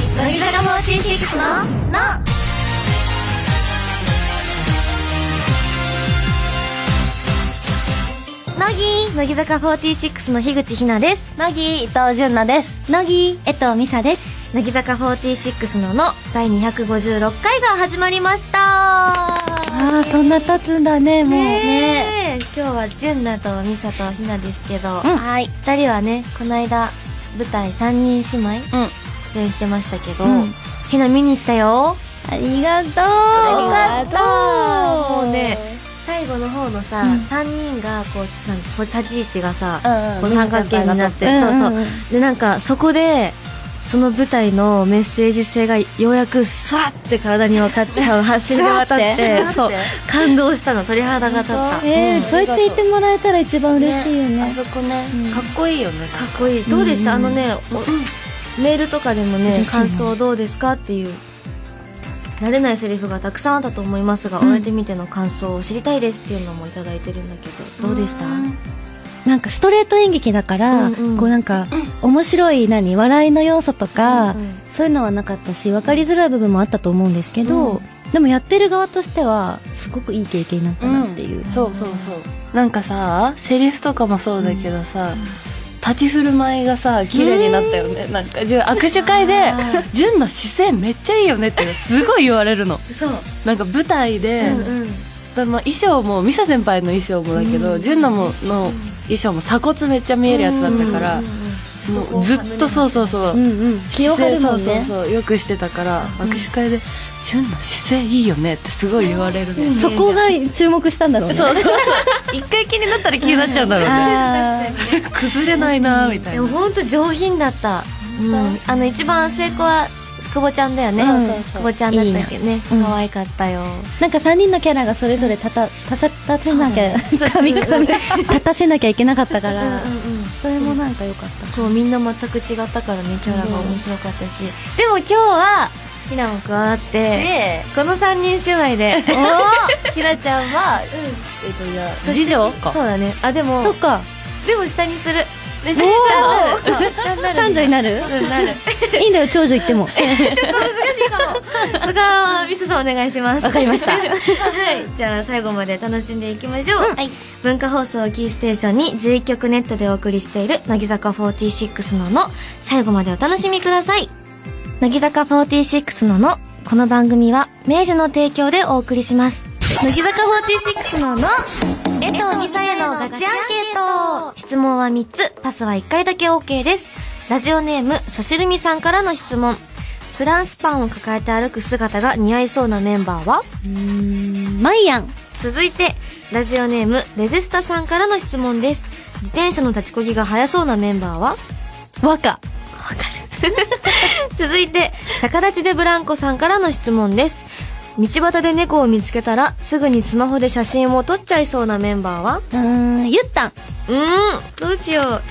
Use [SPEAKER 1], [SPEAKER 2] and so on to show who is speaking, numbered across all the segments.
[SPEAKER 1] 乃木坂46の「の」
[SPEAKER 2] 乃木乃木坂46の樋口ひなです
[SPEAKER 3] 乃木伊藤純奈です
[SPEAKER 4] 乃木江藤美沙です
[SPEAKER 2] 乃木坂46の「の」第256回が始まりました
[SPEAKER 4] ああそんな経つんだねもう
[SPEAKER 2] ねえ今日は純奈と美沙とひなですけど、
[SPEAKER 4] うん
[SPEAKER 3] はい
[SPEAKER 2] 二人はねこの間舞台「三人姉妹」
[SPEAKER 3] うん
[SPEAKER 2] 出演してましたけど、
[SPEAKER 4] うん
[SPEAKER 2] ひな見に行ったよ
[SPEAKER 4] ありがとう
[SPEAKER 2] よか
[SPEAKER 3] あ
[SPEAKER 2] った
[SPEAKER 3] りがとう
[SPEAKER 2] もうね最後の方のさ、
[SPEAKER 4] うん
[SPEAKER 2] 三人がこうちょっとなんか立ち位置がさ、
[SPEAKER 3] うん
[SPEAKER 2] こう三角形になって、
[SPEAKER 4] うん
[SPEAKER 2] そうそう、
[SPEAKER 4] うんうん
[SPEAKER 2] でなんかそこでその舞台のメッセージ性がようやくスワッて体に分かって発信が当たって
[SPEAKER 3] スワッて
[SPEAKER 2] そう感動したの鳥肌が立った、か
[SPEAKER 4] えー
[SPEAKER 3] うん
[SPEAKER 4] そう言って言ってもらえたら一番嬉しいよね
[SPEAKER 3] あそこね
[SPEAKER 4] うん
[SPEAKER 3] かっこいいよね
[SPEAKER 2] っこいいどうでした、
[SPEAKER 4] うん
[SPEAKER 2] あのね、おメールとかでもね
[SPEAKER 4] 嬉しいね
[SPEAKER 2] 感想どうですかっていう慣れないセリフがたくさんあったと思いますが、
[SPEAKER 4] うん
[SPEAKER 2] 終えてみての感想を知りたいですっていうのもいただいてるんだけどどうでした、
[SPEAKER 4] なんかストレート演劇だから、
[SPEAKER 2] うんうん
[SPEAKER 4] こうなんか、面白い何笑いの要素とか、
[SPEAKER 2] うんうん
[SPEAKER 4] そういうのはなかったし分かりづらい部分もあったと思うんですけど、
[SPEAKER 2] うん
[SPEAKER 4] でもやってる側としてはすごくいい経験になったなっていう、
[SPEAKER 3] そうそうそうなんかさセリフとかもそうだけどさ、立ち振る舞いがさ綺麗になったよね、なんかじゅ握手会で
[SPEAKER 2] あ
[SPEAKER 3] 「純の姿勢めっちゃいいよね」ってすごい言われるの
[SPEAKER 2] そう、
[SPEAKER 3] なんか舞台で、
[SPEAKER 2] うんうん
[SPEAKER 3] だまあ衣装もミサ先輩の衣装もだけど、純奈もの衣装も鎖骨めっちゃ見えるやつだったから、
[SPEAKER 2] うんうんうん
[SPEAKER 3] もうずっとそうそうそ
[SPEAKER 4] う
[SPEAKER 3] う、
[SPEAKER 4] んうん気を張るもんね
[SPEAKER 3] そうそうそうよくしてたから、握手会で「純の姿勢いいよね」ってすごい言われるの、
[SPEAKER 4] そこが注目したんだろうね
[SPEAKER 3] そうそうそう一回気になったら気になっちゃうんだろうね
[SPEAKER 4] あー
[SPEAKER 3] 崩れないなみたい
[SPEAKER 2] で
[SPEAKER 3] な
[SPEAKER 2] も本当上品だった、うん、あの一番成功は久保ちゃんだよね、
[SPEAKER 4] うんそう
[SPEAKER 3] そうそう
[SPEAKER 2] 久保ちゃんだったけどね
[SPEAKER 4] うん
[SPEAKER 2] 可愛かったよ、
[SPEAKER 4] なんか3人のキャラがそれぞれ立た立た立たせなきゃ
[SPEAKER 2] そうだね
[SPEAKER 4] 髪髪立たせなきゃいけなかったから
[SPEAKER 2] うん
[SPEAKER 4] それもなんか良かった
[SPEAKER 2] そうみんな全く違ったからねキャラが面白かったし、でも今日はひなも加わって、
[SPEAKER 3] で
[SPEAKER 2] この3人姉妹で
[SPEAKER 3] ひなちゃんは、えっといや次女 か
[SPEAKER 2] そうだねあでも
[SPEAKER 4] そっか
[SPEAKER 2] でも下にする下になるそう下になる
[SPEAKER 4] 三女になる
[SPEAKER 2] うんなる
[SPEAKER 4] いいんだよ長女 行っても
[SPEAKER 2] そこはミスさんお願いします
[SPEAKER 4] わかりました
[SPEAKER 2] はいじゃあ最後まで楽しんでいきましょう、はい、文化放送をキーステーションに11曲ネットでお送りしている乃木坂46のの最後までお楽しみください乃木坂46ののこの番組は明治の提供でお送りします乃木坂46のの江藤美沙耶のガチアンケート質問は3つパスは1回だけ OK ですラジオネームソシルミさんからの質問フランスパンを抱えて歩く姿が似合いそうなメンバーは
[SPEAKER 4] うーんマイアン
[SPEAKER 2] 続いてラジオネームレゼスタさんからの質問です自転車の立ちこぎが速そうなメンバーは
[SPEAKER 4] 和歌
[SPEAKER 2] 続いて逆立ちでブランコさんからの質問です道端で猫を見つけたらすぐにスマホで写真を撮っちゃいそうなメンバーは
[SPEAKER 4] うーんゆったん
[SPEAKER 2] うーんどうしよう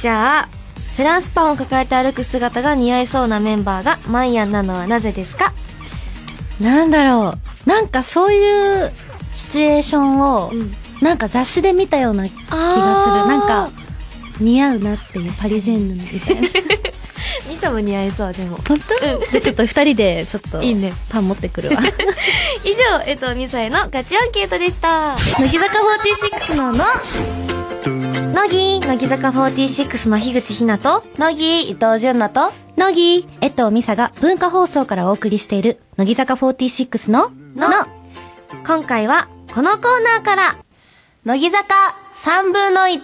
[SPEAKER 2] じゃあフランスパンを抱えて歩く姿が似合いそうなメンバーがマイアンなのはなぜですか
[SPEAKER 4] なんだろうなんかそういうシチュエーションを、
[SPEAKER 2] ん
[SPEAKER 4] なんか雑誌で見たような気がする
[SPEAKER 2] あー
[SPEAKER 4] なんか似合うなっていうパリジェンヌみたいな
[SPEAKER 2] ミサも似合いそうでも
[SPEAKER 4] 本当、じゃあちょっと2人でちょっと
[SPEAKER 2] いいね
[SPEAKER 4] パン持って くるわ
[SPEAKER 2] 以上、えっと、ミサイのガチアンケートでした。乃木坂46のの、乃木、乃木坂46の樋口ひなと、
[SPEAKER 3] 乃木伊藤純奈と
[SPEAKER 4] 乃木江藤美沙が文化放送からお送りしている乃木坂46の「の」
[SPEAKER 2] 今回は、このコーナーから、
[SPEAKER 3] 乃木坂3分の1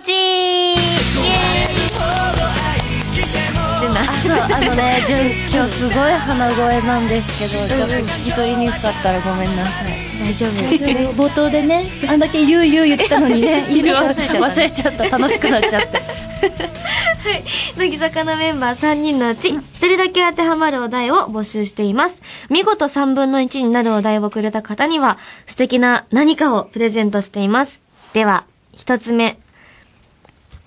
[SPEAKER 3] そうあのね純今日すごい鼻声なんですけどちょっと聞き取りにくかったらごめんなさい
[SPEAKER 2] 大丈夫。
[SPEAKER 4] 冒頭でねあんだけ「ゆうゆう」言ってたのにね言い方忘れちゃったね
[SPEAKER 3] 忘れちゃった楽しくなっ ちゃって
[SPEAKER 2] 乃木坂のメンバー3人のうち、1人だけ当てはまるお題を募集しています。見事3分の1になるお題をくれた方には、素敵な何かをプレゼントしています。では、1つ目。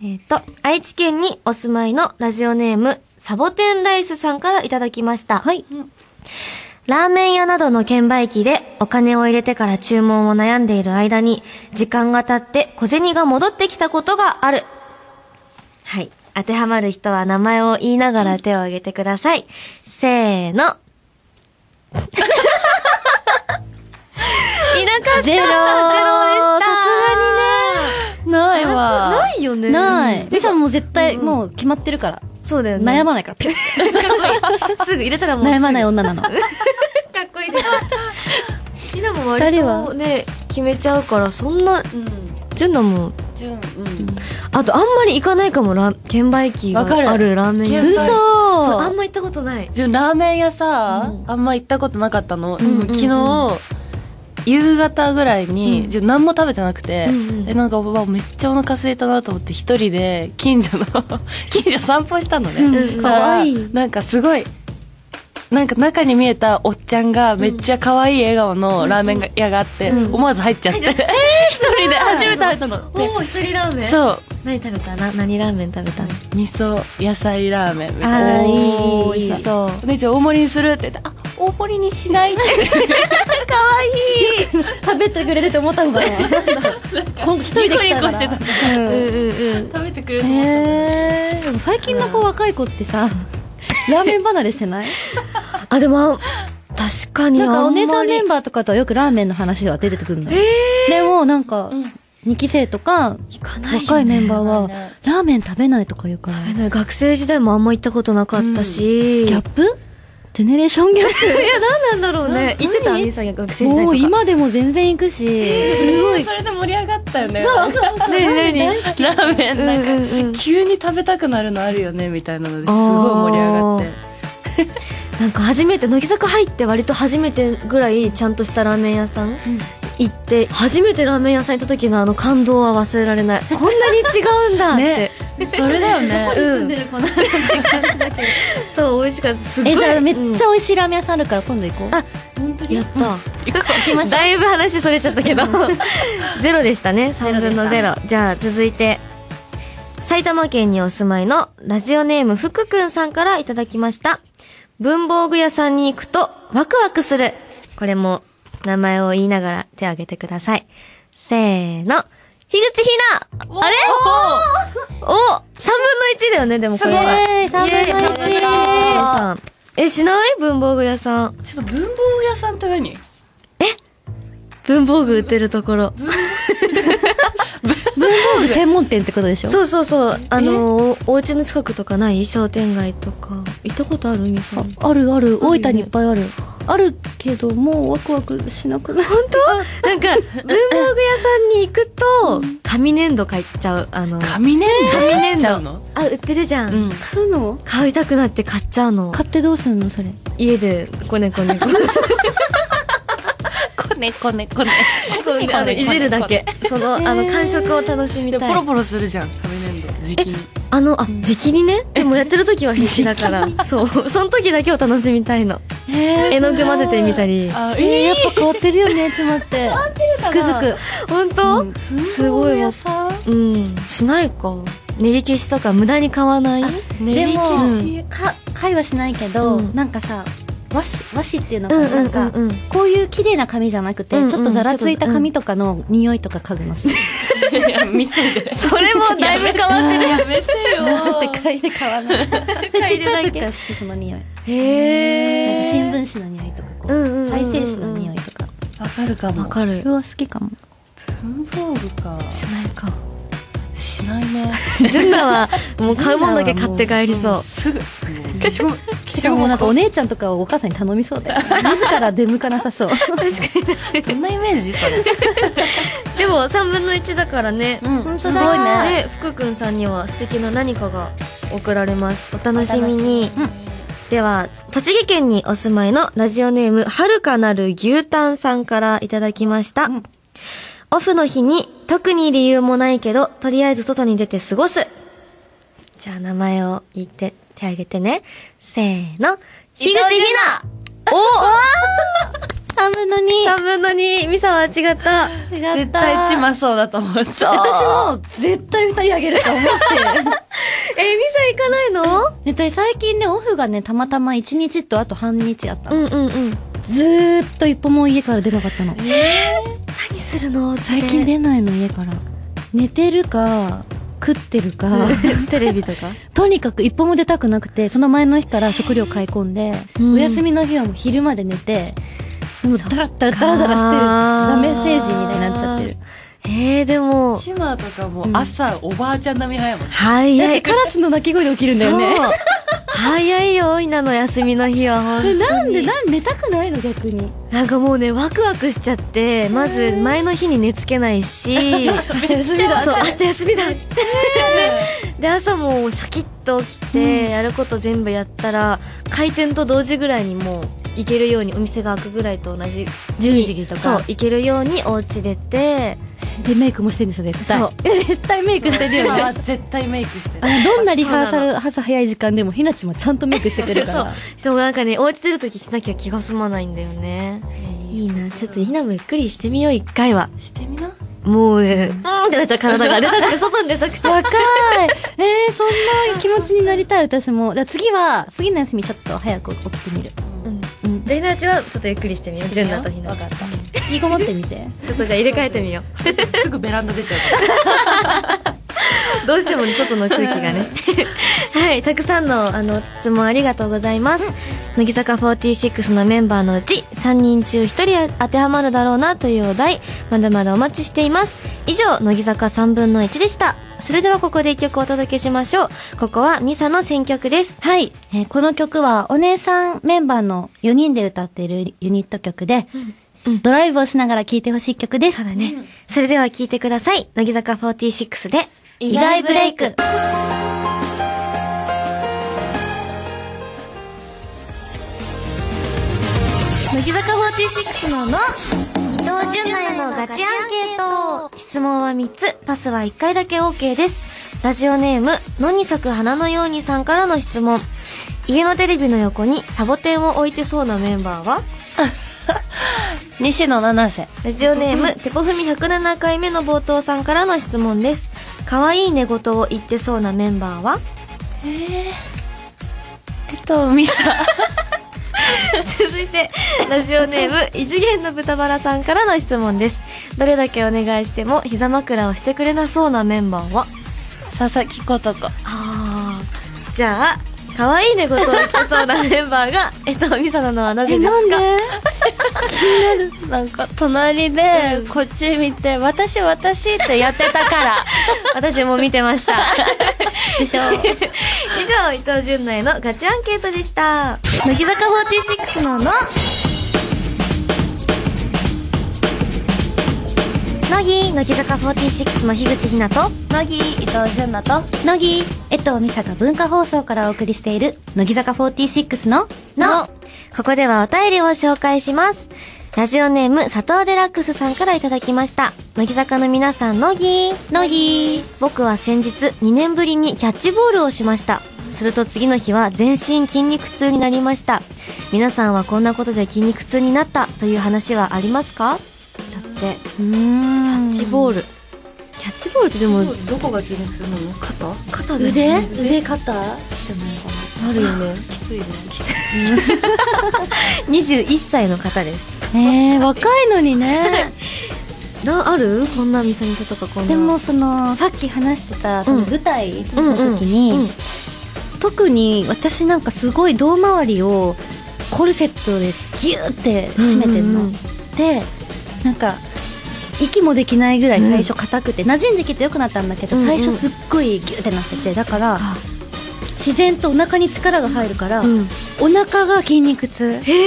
[SPEAKER 2] えっ、と、愛知県にお住まいのラジオネーム、サボテンライスさんからいただきました。
[SPEAKER 4] はい
[SPEAKER 2] ラーメン屋などの券売機でお金を入れてから注文を悩んでいる間に、時間が経って小銭が戻ってきたことがある。はい。当てはまる人は名前を言いながら手を挙げてください。せーの。いな かったゼロでした
[SPEAKER 3] ない
[SPEAKER 2] あ
[SPEAKER 3] わ。
[SPEAKER 2] ないよね。
[SPEAKER 4] ない。ミサもう絶対、もう決まってるから。
[SPEAKER 2] そうだよね。
[SPEAKER 4] 悩まないから。ピュッ
[SPEAKER 2] ま、すぐ入れたらもうすぐ。
[SPEAKER 4] 悩まない女なの。
[SPEAKER 2] かっこいいです。ひなも割
[SPEAKER 4] 二人
[SPEAKER 2] と
[SPEAKER 4] は
[SPEAKER 2] ね、決めちゃうから、そんな、
[SPEAKER 3] うん。
[SPEAKER 2] ジュンナも、
[SPEAKER 3] じゃあ、
[SPEAKER 2] あとあんまり行かないかも、ラ券売機が
[SPEAKER 3] わかる
[SPEAKER 2] あるラーメン屋。
[SPEAKER 3] 券売機
[SPEAKER 2] そうあ
[SPEAKER 4] 嘘
[SPEAKER 2] んま行ったことない。
[SPEAKER 3] 自分ラーメン屋さ、
[SPEAKER 2] う
[SPEAKER 3] あんま行ったことなかったの。で
[SPEAKER 2] うん
[SPEAKER 3] も
[SPEAKER 2] うんうん
[SPEAKER 3] 昨日、夕方ぐらいに、自分何も食べてなくて、
[SPEAKER 2] うんうん
[SPEAKER 3] え、なんか、うわめっちゃお腹空いたなと思って、一人で、近所の、 近所散歩したのね。
[SPEAKER 4] うん
[SPEAKER 3] だら
[SPEAKER 4] 可愛い
[SPEAKER 3] なんかすごい、なんか中に見えたおっちゃんが、めっちゃ可愛い笑顔のラーメン屋があって、
[SPEAKER 2] うん
[SPEAKER 3] 思わず入っちゃって、一人で初めて入ったの。で
[SPEAKER 2] おお、一人ラーメン。う。
[SPEAKER 3] そう。
[SPEAKER 2] 何食べたな何ラーメン食べたの
[SPEAKER 3] 味噌野菜ラーメンみたい
[SPEAKER 2] あ
[SPEAKER 3] な
[SPEAKER 2] ー
[SPEAKER 3] おー
[SPEAKER 2] いい
[SPEAKER 3] 美味しそう
[SPEAKER 2] そう
[SPEAKER 3] お姉ちゃん大盛りにするって言ってあ大盛りにしないって
[SPEAKER 4] 食べてくれるって思ったのかな。今度一人で来たから。
[SPEAKER 3] ニコニコ
[SPEAKER 4] う
[SPEAKER 2] う
[SPEAKER 4] ん
[SPEAKER 2] んうん。
[SPEAKER 3] 食べてくれて
[SPEAKER 4] へえー、でも最近の子若い子ってさ、ラーメン離れしてない
[SPEAKER 2] あ、でも、確かに
[SPEAKER 4] なんか
[SPEAKER 2] あ
[SPEAKER 4] お
[SPEAKER 2] んま
[SPEAKER 4] 姉
[SPEAKER 2] り。
[SPEAKER 4] さんメンバーとかとはよくラーメンの話は出てくるのよ。でもなんか、2期生とか、
[SPEAKER 2] 行かないよね。
[SPEAKER 4] 若いメンバー
[SPEAKER 3] 行
[SPEAKER 4] は
[SPEAKER 3] かないね、
[SPEAKER 4] ラーメン食べないとか言うから。
[SPEAKER 2] 食べない学生時代もあんま行ったことなかったし。
[SPEAKER 4] ギャップジェネレーションギャッ
[SPEAKER 2] いや、何なんだろうね。行ってた
[SPEAKER 4] 何
[SPEAKER 2] みさんが学
[SPEAKER 4] プ
[SPEAKER 2] 生時代と
[SPEAKER 4] も
[SPEAKER 2] か。
[SPEAKER 4] う今でも全然行くし、すごい。
[SPEAKER 3] それで盛り上がったよね
[SPEAKER 2] ねえ
[SPEAKER 3] ラ
[SPEAKER 2] ね
[SPEAKER 3] ーメンなん
[SPEAKER 2] う
[SPEAKER 3] か、
[SPEAKER 2] んうんうん
[SPEAKER 3] 急に食べたくなるのあるよねみたいなのです
[SPEAKER 2] あ
[SPEAKER 3] ごい
[SPEAKER 2] ー
[SPEAKER 3] 盛り上がって
[SPEAKER 2] えなんか初めて乃木坂入って割と初めてぐらいちゃんとしたラーメン屋さん行って初めてラーメン屋さん行った時のあの感動は忘れられないこんなに違うんだ って、
[SPEAKER 3] ねそれだよね
[SPEAKER 2] う
[SPEAKER 4] 住ん
[SPEAKER 2] ん
[SPEAKER 4] で、る子なんて感じだけど。
[SPEAKER 2] そう美味しかったすごい
[SPEAKER 4] え、じゃあめっ
[SPEAKER 2] うん
[SPEAKER 4] ちゃ美味しいラーメン屋さんあるから今度行こう。
[SPEAKER 2] あ、
[SPEAKER 4] 本当
[SPEAKER 2] やった
[SPEAKER 4] 行きましょう。
[SPEAKER 2] だいぶ話それちゃったけどゼロでしたね3分の
[SPEAKER 4] ゼロ
[SPEAKER 2] 0じゃあ続いて埼玉県にお住まいのラジオネーム福くんさんからいただきました文房具屋さんに行くとワクワクするこれも名前を言いながら手を挙げてくださいせーの樋口ひなあれおお !3 分の1だよね、でもこれは。
[SPEAKER 4] すごい3分の1
[SPEAKER 2] イエーイさんえ、しない文房具屋さん。
[SPEAKER 3] ちょっと文房具屋さんって何
[SPEAKER 2] 文房具売ってるところ。
[SPEAKER 4] 文房具専門店ってことでしょ
[SPEAKER 2] そうそうそう。あのおお家の近くとかない商店街とか。行ったことあるみさん。
[SPEAKER 4] あるある、大分にいっぱいある。あるけど、もうワクワクしなくなる。
[SPEAKER 2] 本当なんか、文房具屋さんに行くと、紙粘土買っちゃう。あの、
[SPEAKER 3] 紙粘土紙粘土ちゃうの
[SPEAKER 2] あ、売ってるじゃん。
[SPEAKER 3] うん
[SPEAKER 4] 買うの
[SPEAKER 2] 買いたくなって買っちゃうの。
[SPEAKER 4] 買ってどうすんのそれ。
[SPEAKER 2] 家で、こねこねこね。
[SPEAKER 3] こねこねこね
[SPEAKER 2] そうあのいじるだけ。その、あの、感触を楽しみ
[SPEAKER 3] で
[SPEAKER 2] た
[SPEAKER 3] ポロ
[SPEAKER 2] い。
[SPEAKER 3] ポロするじゃん紙粘土時期に
[SPEAKER 2] あの、あ、時期にね。でもやってる時は必死だから。そう。その時だけを楽しみたいの。絵
[SPEAKER 4] え
[SPEAKER 2] の具混ぜてみたり。
[SPEAKER 3] あ
[SPEAKER 4] えやっぱ変わってるよね、ちまって。変わってる
[SPEAKER 3] かな
[SPEAKER 4] つくづ
[SPEAKER 2] 本
[SPEAKER 4] うん
[SPEAKER 2] 当すごいわ
[SPEAKER 3] さん
[SPEAKER 2] うん、しないか。練り消しとか無駄に買わない
[SPEAKER 4] く。
[SPEAKER 2] 練
[SPEAKER 4] で
[SPEAKER 2] り
[SPEAKER 4] も
[SPEAKER 2] 消し。、
[SPEAKER 4] か、会話しないけど、
[SPEAKER 2] うん
[SPEAKER 4] なんかさ、和紙、和紙っていうの
[SPEAKER 2] うん
[SPEAKER 4] かな、な
[SPEAKER 2] う
[SPEAKER 4] ん
[SPEAKER 2] んう
[SPEAKER 4] か、
[SPEAKER 2] んうん。
[SPEAKER 4] こういう綺麗な紙じゃなく
[SPEAKER 2] うんう
[SPEAKER 4] て、
[SPEAKER 2] ん
[SPEAKER 4] ちょっとざらついた紙とかの匂いとか嗅ぐの好き。
[SPEAKER 2] それもだいぶ変わってる。
[SPEAKER 3] やめてよ
[SPEAKER 4] だ って買いで買わ ない。それちっちゃい時から好き、その匂い。なん
[SPEAKER 2] へ
[SPEAKER 4] か
[SPEAKER 2] ー
[SPEAKER 4] 新聞紙の匂いとか、こ
[SPEAKER 2] うんうんうんうん
[SPEAKER 4] う、再生紙の匂いとか。
[SPEAKER 3] わかるか
[SPEAKER 2] わか
[SPEAKER 4] そ
[SPEAKER 2] る
[SPEAKER 4] れ。は好きかも。
[SPEAKER 3] 文房具か
[SPEAKER 2] しないか。
[SPEAKER 3] しないね
[SPEAKER 2] ジュンナはもう買うもんだけ買って帰りそう。
[SPEAKER 3] すぐ化粧
[SPEAKER 4] で
[SPEAKER 3] 化粧
[SPEAKER 4] ももうなんかお
[SPEAKER 3] こ
[SPEAKER 4] 姉ちゃんとかをお母さんに頼みそうだよ。 自ら出向かなさそう。
[SPEAKER 3] んなイメージそれ
[SPEAKER 2] でも3分の1だからね。
[SPEAKER 4] う
[SPEAKER 2] 本
[SPEAKER 4] ん
[SPEAKER 2] 当だ
[SPEAKER 4] すごいね。
[SPEAKER 2] で、福くんさんには素敵な何かが送られます。お楽しみに。では、栃木県にお住まいのラジオネーム、はるかなる牛タンさんからいただきました。
[SPEAKER 4] うん
[SPEAKER 2] オフの日に特に理由もないけど、とりあえず外に出て過ごす。じゃあ名前を言って、手挙げてね。せーの。樋口ひな
[SPEAKER 4] 3分の
[SPEAKER 2] !3 分の2、ミサは違った。
[SPEAKER 4] 2。違
[SPEAKER 3] 絶対ちまそうだと思って
[SPEAKER 4] 私も絶対2人あげると 思って。
[SPEAKER 2] え、ミサ行かないの
[SPEAKER 4] 絶対最近ね、オフがね、たまたま1日とあと半日あったの。
[SPEAKER 2] うんうんうん。
[SPEAKER 4] ずーっと一歩も家から出なかったの
[SPEAKER 2] 何するの
[SPEAKER 4] 最近出ないの家から寝てるか食ってるか
[SPEAKER 3] テレビとか
[SPEAKER 4] とにかく一歩も出たくなくてその前の日から食料買い込んで、
[SPEAKER 2] うん
[SPEAKER 4] お休みの日はもう昼まで寝てもうダラッダラダラダラしてる
[SPEAKER 2] あー
[SPEAKER 4] ダメ成人みたいになっちゃってる
[SPEAKER 2] えー、でも
[SPEAKER 3] 島とかも
[SPEAKER 4] うん
[SPEAKER 3] 朝おばあちゃん並み早いもん
[SPEAKER 2] 早
[SPEAKER 4] だって
[SPEAKER 2] い
[SPEAKER 4] カラスの鳴き声で起きるんだよね
[SPEAKER 2] そう早いよいなの休みの日は本当に
[SPEAKER 4] なんでなん寝たくないの逆に
[SPEAKER 2] なんかもうねワクワクしちゃってまず前の日に寝つけないし明日休みだ そう明日休みだってで朝もうシャキッと起きて、やること全部やったら開店と同時ぐらいにもう行けるようにお店が開くぐらいと同じ
[SPEAKER 4] 10時と
[SPEAKER 2] そう
[SPEAKER 4] か
[SPEAKER 2] 行けるようにお家出て
[SPEAKER 4] でメイクもしてるんですよ絶対
[SPEAKER 2] そう
[SPEAKER 4] 絶対メイクしてるよ
[SPEAKER 3] 島
[SPEAKER 4] ね
[SPEAKER 3] は絶対メイクしてる
[SPEAKER 4] あのどんなリハーサル朝早い時間でもひなちもちゃんとメイクしてくれるか
[SPEAKER 2] そ
[SPEAKER 4] ら
[SPEAKER 2] うそうなんかねお家出るときしなきゃ気が済まないんだよねいいなちょっとひなもゆっくりしてみよう一回は
[SPEAKER 3] してみな
[SPEAKER 2] もうねうんってなっちゃう体が出たくて外に出たくて
[SPEAKER 4] 若いえー、そんな気持ちになりたい私もだから次は次の休みちょっと早く起きて みるうん
[SPEAKER 2] じゃあ、ひなちはちょっとゆっくりしてみよう。純奈とひな。
[SPEAKER 3] わかった
[SPEAKER 4] 引きこもってみて
[SPEAKER 2] ちょっとじゃあ入れ替えてみよ
[SPEAKER 3] すぐベランダ出ちゃうから
[SPEAKER 2] う。どうしてもね、外の空気がね。 はい、たくさんの、あの、質問ありがとうございます。乃木坂46のメンバーのうち、3人中1人当てはまるだろうなというお題、まだまだお待ちしています。以上、乃木坂3分の1でした。それではここで1曲お届けしましょう。ここはミサの選曲です。
[SPEAKER 4] はい、えーこの曲はお姉さんメンバーの4人で歌っているユニット曲で、ドライブをしながら聴いてほしい曲ですそうだね
[SPEAKER 2] それでは聴いてください。乃木坂46で、
[SPEAKER 4] 意外ブレイク
[SPEAKER 2] 乃木坂46のの伊藤純奈へのガチアンケート質問は3つパスは1回だけ OK ですラジオネーム「野に咲く花のように」さんからの質問家のテレビの横にサボテンを置いてそうなメンバーは
[SPEAKER 3] 西野七瀬
[SPEAKER 2] ラジオネーム「テポフミ107回目の冒頭」さんからの質問です可愛い寝言を言ってそうなメンバーは
[SPEAKER 3] えっとミサ
[SPEAKER 2] 続いてラジオネーム「異次元の豚バラ」さんからの質問ですどれだけお願いしても膝枕をしてくれなそうなメンバーは
[SPEAKER 3] 佐々木琴子
[SPEAKER 2] ああじゃあ可愛いねごとを言ってそうなメンバーがえっとミサなのはなぜですか
[SPEAKER 3] なんか隣でこっち見て「私私」ってやってたから
[SPEAKER 2] 私も見てました
[SPEAKER 4] でしょ
[SPEAKER 2] 以上伊藤純奈へのガチアンケートでした乃木坂46のの乃木乃木坂46の樋口日奈と
[SPEAKER 3] 乃木伊藤純奈と
[SPEAKER 4] 乃木江藤美佐が文化放送からお送りしている乃木坂46の
[SPEAKER 2] の、ここではお便りを紹介します。ラジオネーム、佐藤デラックスさんからいただきました。乃木坂の皆さん、乃木乃木僕は先日、2年ぶりにキャッチボールをしました。すると次の日は全身筋肉痛になりました。皆さんはこんなことで筋肉痛になったという話はありますかだって、
[SPEAKER 4] うーん
[SPEAKER 2] キャッチボール。キャッチボールってでも、
[SPEAKER 3] どこが気にするの肩
[SPEAKER 2] 肩で
[SPEAKER 4] 腕腕肩
[SPEAKER 2] あるよ ね。
[SPEAKER 3] きついね
[SPEAKER 2] 21歳の方です。
[SPEAKER 4] えー、若いのに ね
[SPEAKER 2] な、あるこんなみさみさとかこんな。
[SPEAKER 4] でもそのさっき話してたその舞台の
[SPEAKER 2] うんうん
[SPEAKER 4] 時に、
[SPEAKER 2] うん
[SPEAKER 4] 特に私なんかすごい胴回りをコルセットでギューって締めて
[SPEAKER 2] う
[SPEAKER 4] るの、
[SPEAKER 2] んうんうん
[SPEAKER 4] でなんか息もできないぐらい最初硬くて、馴染んできてよくなったんだけど、
[SPEAKER 2] うんうん
[SPEAKER 4] 最初すっごいギューってなっててだから自然とお腹に力が入るから、
[SPEAKER 2] うん。
[SPEAKER 4] お腹が筋肉痛なんか
[SPEAKER 2] へえ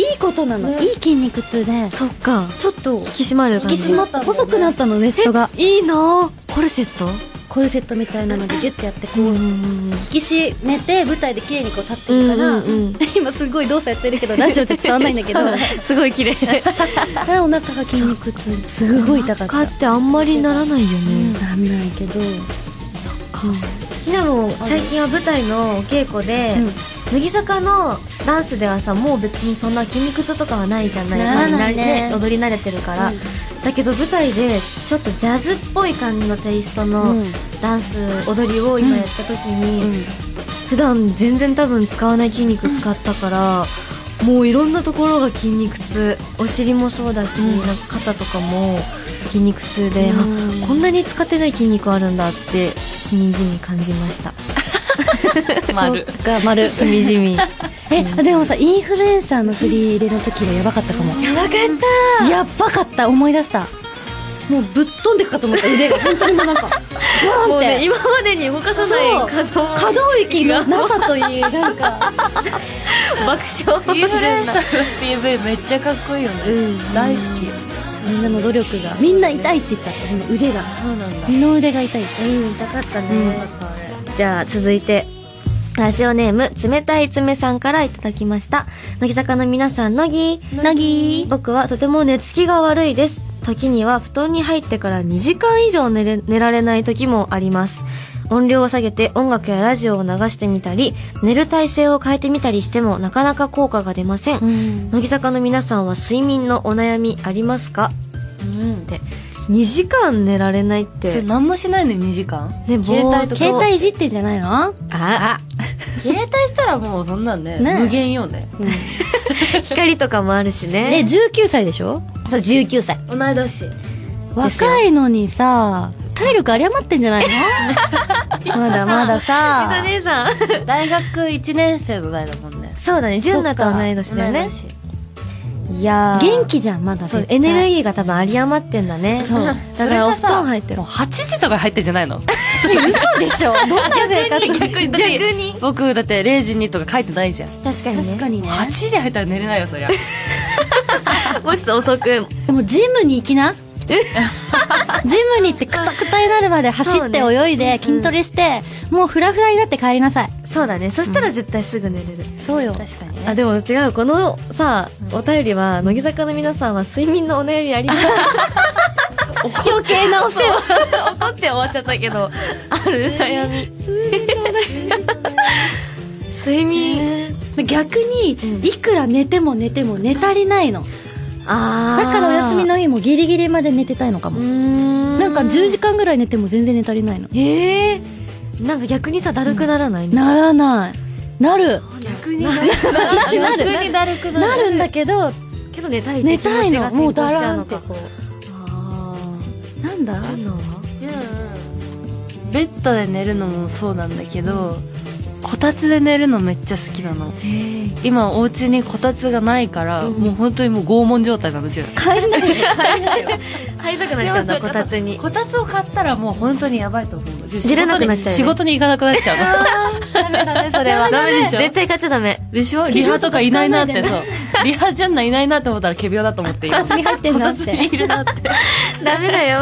[SPEAKER 4] いいことなの、いい筋肉痛で
[SPEAKER 2] そっか
[SPEAKER 4] ちょっと
[SPEAKER 2] 引き締まる
[SPEAKER 4] 引
[SPEAKER 2] 感
[SPEAKER 4] き
[SPEAKER 2] じ
[SPEAKER 4] 締まった細くなったのウエストが
[SPEAKER 2] いいなぁコルセット
[SPEAKER 4] コルセットみたいなのでギュッてやってこう、
[SPEAKER 2] うん
[SPEAKER 4] 引き締めて舞台で綺麗にこう立ってるから、
[SPEAKER 2] うんうんうん
[SPEAKER 4] 今すごい動作やってるけどラジオで伝わんないんだけど
[SPEAKER 2] すごい綺麗
[SPEAKER 4] お腹が筋肉痛すごい痛かっ
[SPEAKER 2] か
[SPEAKER 4] た
[SPEAKER 2] ってあんまりならないよね
[SPEAKER 4] なんないけど、
[SPEAKER 2] ひなも最近は舞台のお稽古で乃木坂のダンスではさもう別にそんな筋肉痛とかはないじゃない
[SPEAKER 4] ならない
[SPEAKER 2] ま
[SPEAKER 4] ね
[SPEAKER 2] あみんな踊り慣れてるから、
[SPEAKER 4] うん
[SPEAKER 2] だけど舞台でちょっとジャズっぽい感じのテイスト
[SPEAKER 4] う
[SPEAKER 2] の
[SPEAKER 4] ん
[SPEAKER 2] ダンス踊りを今やった時に、
[SPEAKER 4] うん
[SPEAKER 2] 普段全然多分使わない筋肉使ったから、もういろんなところが筋肉痛お尻もそうだし、なんか肩とかも筋肉痛で、あこんなに使ってない筋肉あるんだってしみじみ感じました
[SPEAKER 3] 丸
[SPEAKER 4] が丸
[SPEAKER 2] しみじ みや
[SPEAKER 4] えでもさインフルエンサーの振り入れの時はやばかったかも
[SPEAKER 2] ばかった
[SPEAKER 4] やばかった思い出したもうぶっ飛んでくかと思った腕が本当にもうなんか
[SPEAKER 2] も
[SPEAKER 4] バーンっ
[SPEAKER 2] うね
[SPEAKER 4] て
[SPEAKER 2] 今までに動かさない可動
[SPEAKER 4] 可動域のなさといいな んか
[SPEAKER 2] 爆笑
[SPEAKER 3] インフルエンサーの PV めっちゃかっこいいよね、
[SPEAKER 2] うん
[SPEAKER 3] 大好き
[SPEAKER 4] みんなの努力がみんな痛いって言ったこの腕が
[SPEAKER 3] そうなんだ
[SPEAKER 4] 二の腕が痛い
[SPEAKER 2] うん痛かったね、じゃあ続いてラジオネーム冷たい爪さんからいただきました乃木坂の皆さん乃木
[SPEAKER 4] なぎ
[SPEAKER 2] 僕はとても寝つきが悪いです時には布団に入ってから2時間以上寝れ寝られない時もあります音量を下げて音楽やラジオを流してみたり寝る体勢を変えてみたりしてもなかなか効果が出ません、
[SPEAKER 4] うん
[SPEAKER 2] 乃木坂の皆さんは睡眠のお悩みありますかって2時間寝られないっ
[SPEAKER 3] それ
[SPEAKER 2] て
[SPEAKER 3] 何もしないのに2時間
[SPEAKER 2] ね
[SPEAKER 3] 携帯とか
[SPEAKER 4] 携帯いじってんじゃないの
[SPEAKER 2] あ
[SPEAKER 3] 携帯したらもうそんなんね
[SPEAKER 4] ね
[SPEAKER 3] 無限よね
[SPEAKER 2] 光とかもあるし
[SPEAKER 4] え
[SPEAKER 2] ね
[SPEAKER 4] 19歳でしょ
[SPEAKER 2] そう19歳
[SPEAKER 3] 同い 年
[SPEAKER 2] ですよ
[SPEAKER 4] 若いのにさ体力有り余ってんじ ゃないのまだまだ
[SPEAKER 2] あ
[SPEAKER 4] さ
[SPEAKER 2] 姉さん
[SPEAKER 3] 大学1年生の代だもんね
[SPEAKER 2] そうだね純奈とは同い年だよね
[SPEAKER 3] 同い年
[SPEAKER 2] いやー
[SPEAKER 4] 元気じゃんまだ
[SPEAKER 2] そうエネルギーが多分有り余ってんだね
[SPEAKER 4] そう
[SPEAKER 2] だからお布団入ってる
[SPEAKER 3] もう8時とか入ってんじゃないの
[SPEAKER 4] 嘘でしょどんなでかと
[SPEAKER 3] 逆に 僕だって0時にとか書いてないじゃん
[SPEAKER 2] 確かにね
[SPEAKER 4] 確かにね
[SPEAKER 3] 8時に入ったら寝れないよそりゃ
[SPEAKER 2] もうちょっと遅く
[SPEAKER 4] でもジムに行 きなジムに行ってクタクタになるまで走って
[SPEAKER 2] そうね
[SPEAKER 4] 泳いで筋トレして、もうフラフラになって帰りなさい
[SPEAKER 2] そうだねそしたら絶対すぐ寝れる、
[SPEAKER 4] そうよ
[SPEAKER 3] 確かに
[SPEAKER 2] あでも違うこのさお便りは乃木坂の皆さんは睡眠のお悩みあります
[SPEAKER 4] 余計なお世話
[SPEAKER 2] 怒って終わっちゃったけどある悩み 睡眠
[SPEAKER 4] 逆に
[SPEAKER 2] うん
[SPEAKER 4] いくら寝ても寝ても寝足りないの
[SPEAKER 2] あ
[SPEAKER 4] だからお休み
[SPEAKER 2] の
[SPEAKER 4] の日もギリギリまで寝てたいのかも
[SPEAKER 2] ん
[SPEAKER 4] なんか10時間ぐらい寝ても全然寝足りないの
[SPEAKER 2] ええなんか逆にさだるくならない、
[SPEAKER 4] ならないなる
[SPEAKER 2] 逆に
[SPEAKER 4] なるなる
[SPEAKER 3] だるく
[SPEAKER 4] なるんだけど
[SPEAKER 2] けど寝たいって
[SPEAKER 4] 寝
[SPEAKER 2] 気持
[SPEAKER 4] たい
[SPEAKER 2] ちが
[SPEAKER 4] の
[SPEAKER 2] 先行
[SPEAKER 4] もう
[SPEAKER 2] しち
[SPEAKER 4] だ
[SPEAKER 2] ゃう
[SPEAKER 4] らん
[SPEAKER 2] の
[SPEAKER 4] って
[SPEAKER 2] か
[SPEAKER 4] こう
[SPEAKER 2] あー
[SPEAKER 4] なんだ
[SPEAKER 2] 純奈は
[SPEAKER 3] ベッドで寝るのもそうなんだけど、こたつで寝るのめっちゃ好きなの
[SPEAKER 2] へえ
[SPEAKER 3] 今お家にこたつがないから、
[SPEAKER 2] うん
[SPEAKER 3] もう本当にもう拷問状態なの自分
[SPEAKER 4] 買えないよ買えないよ
[SPEAKER 2] 入りたくなっちゃうんだこたつに
[SPEAKER 3] こたつを買ったらもう本当にやばいと思う自分
[SPEAKER 2] 出れなくなっちゃうよね
[SPEAKER 3] 仕事に仕事に行かなくなっち ゃ う
[SPEAKER 2] それは
[SPEAKER 3] ダメでしょ
[SPEAKER 2] 絶対勝っちゃダメ
[SPEAKER 3] のでしょリハとかいないなってそうリハじゃんないないなって思ったら仮病だと思って今
[SPEAKER 4] こたつに入ってん
[SPEAKER 3] こ
[SPEAKER 4] だ
[SPEAKER 3] た
[SPEAKER 4] っ
[SPEAKER 3] つ
[SPEAKER 4] て
[SPEAKER 3] にいるなって
[SPEAKER 2] ダメだよ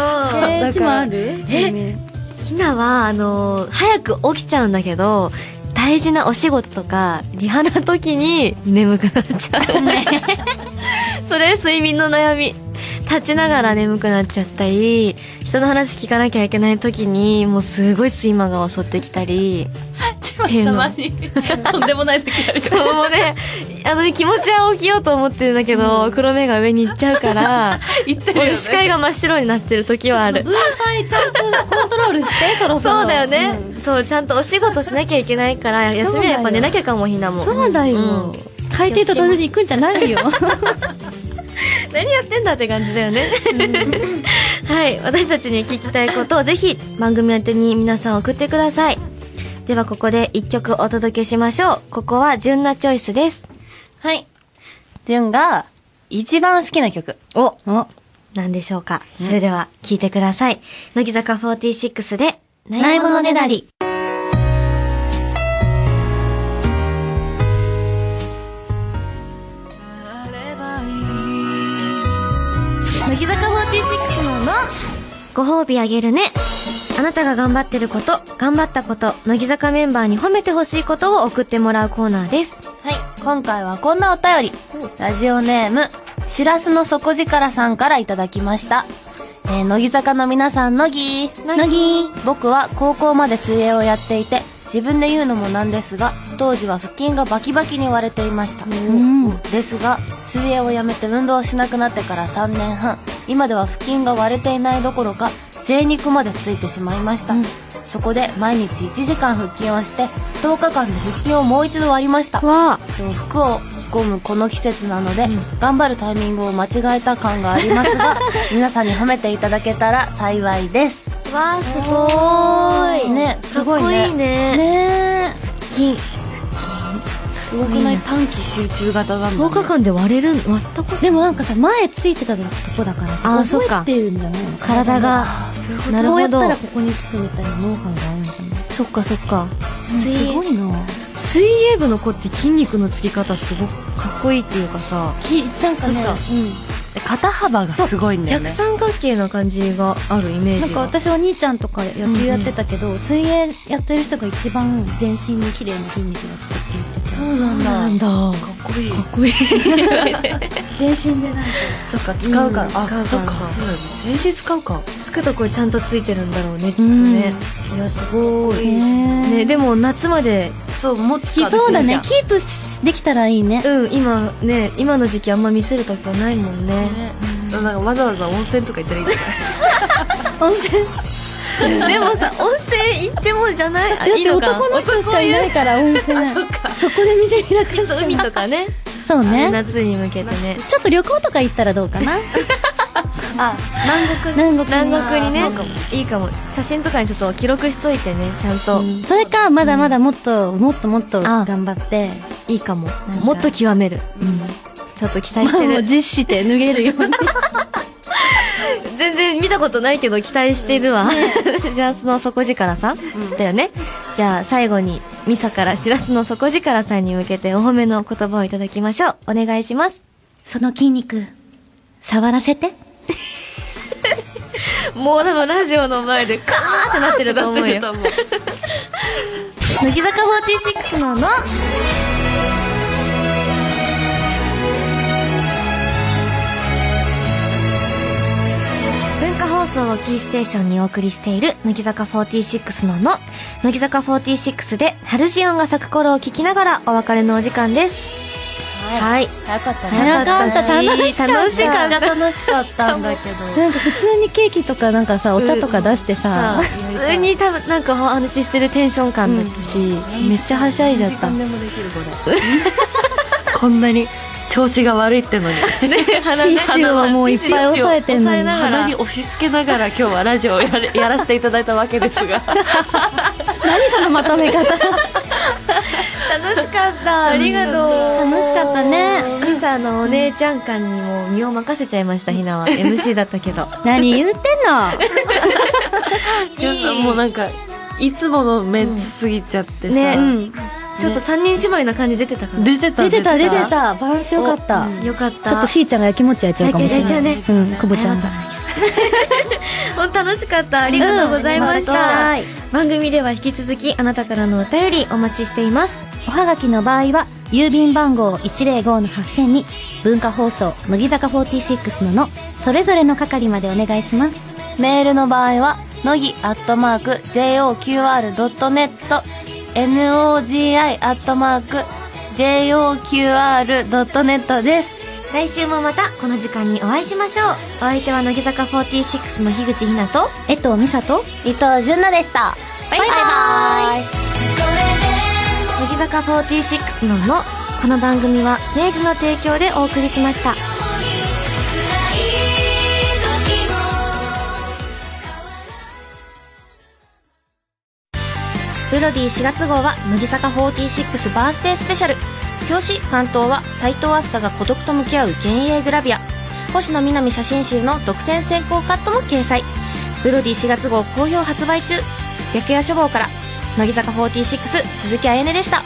[SPEAKER 4] えーうちもある睡眠
[SPEAKER 2] ひなはあのー早く起きちゃうんだけど大事なお仕事とかリハの時に眠くなっちゃうそれ睡眠の悩み立ちながら眠くなっちゃったり人の話聞かなきゃいけない時にもうすごい睡魔が襲ってきたり
[SPEAKER 3] たまにとんでも ない時ある
[SPEAKER 2] そうもうねあの気持ちは起きようと思ってるんだけど、黒目が上に行っちゃうから
[SPEAKER 3] 言ってるよね
[SPEAKER 2] 俺視界が真っ白になってる時はある
[SPEAKER 4] 分配ちゃんとコントロー ルしてそろそろ
[SPEAKER 2] そうだよね、そうちゃんとお仕事しなきゃいけないから休みはやっぱ寝なきゃかもひなも
[SPEAKER 4] そうだよ、
[SPEAKER 2] うん
[SPEAKER 4] 海底と同時に行くんじゃないよ
[SPEAKER 2] 何やってんだって感じだよねはい私たちに聞きたいことをぜひ番組宛てに皆さん送ってくださいではここで一曲お届けしましょうここは純なチョイスです
[SPEAKER 3] はいじゅんが一番好きな曲
[SPEAKER 2] お
[SPEAKER 4] お
[SPEAKER 2] 何でしょうかそれでは聞いてください乃木坂46で「ないものねだり」乃木坂46ののご褒美あげるねあなたが頑張ってること頑張ったこと乃木坂メンバーに褒めてほしいことを送ってもらうコーナーです
[SPEAKER 3] はい、今回はこんなお便り。ラジオネーム、しらすの底力さんからいただきました。えー、乃木坂の皆さん、乃木
[SPEAKER 4] 乃木
[SPEAKER 3] 僕は高校まで水泳をやっていて、自分で言うのもなんですが、当時は腹筋がバキバキに割れていました。
[SPEAKER 4] うん
[SPEAKER 3] ですが、水泳をやめて運動をしなくなってから3年半、今では腹筋が割れていないどころか、贅肉までついてしまいました。
[SPEAKER 4] うん
[SPEAKER 3] そこで毎日1時間腹筋をして、10日間で腹筋をもう一度割りました。
[SPEAKER 2] わあ
[SPEAKER 3] 服を込むこの季節なので、頑張るタイミングを間違えた感があります が皆さんに褒めていただけたら幸いです
[SPEAKER 2] わあすごーい
[SPEAKER 3] ねすごいね
[SPEAKER 2] かっこいいね
[SPEAKER 3] ね
[SPEAKER 2] 金
[SPEAKER 3] すごくない短期集中型なんだ、
[SPEAKER 2] 10
[SPEAKER 3] ね、
[SPEAKER 2] 日間で割れる割ったこと
[SPEAKER 4] でもなんかさ前ついてたとこだからさ
[SPEAKER 2] あーそっか
[SPEAKER 4] 覚えてるんじゃないの
[SPEAKER 2] 体がなる
[SPEAKER 4] こう
[SPEAKER 2] ほ
[SPEAKER 4] やった
[SPEAKER 2] ど
[SPEAKER 4] らここにつくみたいなノウハウがあるんじゃない
[SPEAKER 2] そっかそっか
[SPEAKER 4] す
[SPEAKER 2] 水
[SPEAKER 4] ごいな
[SPEAKER 2] 水泳部の子って筋肉のつき方すごくかっこいいっていうかさ
[SPEAKER 4] きなんかね
[SPEAKER 2] そう
[SPEAKER 3] 肩幅がすごいんだよ
[SPEAKER 2] 逆
[SPEAKER 3] ね
[SPEAKER 2] 三角形な感じがあるイメージが
[SPEAKER 4] なんか私お兄ちゃんとか野球やってたけど、水泳やってる人が一番全身に綺麗な筋肉がつくって言ってて、
[SPEAKER 2] そうなんだか
[SPEAKER 3] っこいい
[SPEAKER 2] っこいい
[SPEAKER 4] 全身でなんか
[SPEAKER 3] そっか使うから、
[SPEAKER 2] うん使
[SPEAKER 3] あ
[SPEAKER 2] うから
[SPEAKER 3] そっか
[SPEAKER 2] そう
[SPEAKER 3] だね全身使うか
[SPEAKER 2] つくとこちゃんとついてるんだろうねきっとね、いやすごい、ね、でも夏まで
[SPEAKER 3] そう持つから
[SPEAKER 4] そうだね
[SPEAKER 3] ね
[SPEAKER 4] キープしできたらいいね
[SPEAKER 2] うん今ね今の時期あんま見せるとこないもんね
[SPEAKER 3] うんなんかわざわざ温泉とか行ったらいいんじゃない
[SPEAKER 4] 温泉
[SPEAKER 2] でもさ温泉行ってもじゃないあ
[SPEAKER 4] だっ
[SPEAKER 2] いい
[SPEAKER 4] て
[SPEAKER 2] のか
[SPEAKER 4] 男の人しかいないから温泉そこで見てみなくて
[SPEAKER 2] そう海とかね
[SPEAKER 4] そうね
[SPEAKER 2] 夏に向けてね
[SPEAKER 4] ちょっと旅行とか行ったらどう かな
[SPEAKER 3] あ
[SPEAKER 4] 南国
[SPEAKER 2] 南国にね
[SPEAKER 3] そうかも
[SPEAKER 2] いいかも写真とかにちょっと記録しといてねちゃんと、
[SPEAKER 4] それかまだまだもっともっともっと
[SPEAKER 2] あ
[SPEAKER 4] 頑張って
[SPEAKER 2] いいかも
[SPEAKER 4] んか
[SPEAKER 2] もっと極める、ちょっと期待して
[SPEAKER 4] も
[SPEAKER 2] る
[SPEAKER 4] う実して脱げるように
[SPEAKER 2] 全然見たことないけど期待してるわ、 じゃあその底力さん、だよねじゃあ最後にミサからしらすの底力さんに向けてお褒めの言葉をいただきましょうお願いします
[SPEAKER 4] その筋肉触らせて
[SPEAKER 2] もう多分ラジオの前でカーってなってると思う よ
[SPEAKER 3] 思う
[SPEAKER 2] 乃木坂46のの文化放送をキーステーションにお送りしている乃木坂46のの乃木坂46で春ジオンが咲く頃を聞きながらお別れのお時間ですはい
[SPEAKER 3] 早かったね
[SPEAKER 2] 早かったし
[SPEAKER 4] 楽しかった
[SPEAKER 2] 楽しかった
[SPEAKER 3] 楽しかったんだけど
[SPEAKER 4] なんか普通にケーキとかなんかさお茶とか出して
[SPEAKER 2] さ
[SPEAKER 4] さ
[SPEAKER 2] あ、普通に多分なんかお話ししてるテンション感だったし、めっちゃはしゃいじゃっ た
[SPEAKER 3] 何時間でもできるこれこんなに調子が悪いってのに
[SPEAKER 2] 鼻
[SPEAKER 4] ティ
[SPEAKER 2] ね
[SPEAKER 4] ッシュをもういっぱい押さえてんのに
[SPEAKER 2] ながら
[SPEAKER 3] 鼻に押し付けながら今日はラジオをやれやらせていただいたわけですが
[SPEAKER 4] そ のまとめ方
[SPEAKER 2] 楽しかったありがとう
[SPEAKER 4] 楽しかったね
[SPEAKER 2] ミサのお姉ちゃん感にも身を任せちゃいましたひな は MC だったけど
[SPEAKER 4] 何言ってんの
[SPEAKER 3] 皆さんもうなんかいつものメンツすぎちゃってさ、
[SPEAKER 2] ね、
[SPEAKER 4] うん
[SPEAKER 2] ちょっと三人姉妹な感じ出てたから
[SPEAKER 3] 出てた
[SPEAKER 4] 出てた出てたバランスよかった
[SPEAKER 2] うんよかった
[SPEAKER 4] ちょっとしーちゃんがやきもち焼いちゃうかもしれ
[SPEAKER 2] 焼いちゃう
[SPEAKER 4] ない
[SPEAKER 2] ね
[SPEAKER 4] うんくぼちゃんが
[SPEAKER 2] 本当楽しかったありがとうございました、
[SPEAKER 4] うんありが
[SPEAKER 2] 番組では引き続きあなたからのお便りお待ちしています
[SPEAKER 4] おはがきの場合は郵便番号105-8000に文化放送乃木坂46ののそれぞれの係までお願いします
[SPEAKER 3] メールの場合は乃木アットマーク JOQR.net NOGI アットマーク JOQR.net です
[SPEAKER 2] 来週もまたこの時間にお会いしましょうお相手は乃木坂46の樋口ひなと
[SPEAKER 4] 江藤美里
[SPEAKER 3] 伊藤純奈でした
[SPEAKER 2] バイバ
[SPEAKER 3] イ
[SPEAKER 2] 乃木坂46ののこの番組は明治の提供でお送りしました
[SPEAKER 5] メロディー4月号は乃木坂46バースデースペシャル表紙関東は斎藤飛鳥が孤独と向き合う幻影グラビア星野みなみ写真集の独占先行カットも掲載メロディー4月号好評発売中白夜書房から乃木坂46鈴木あゆねでした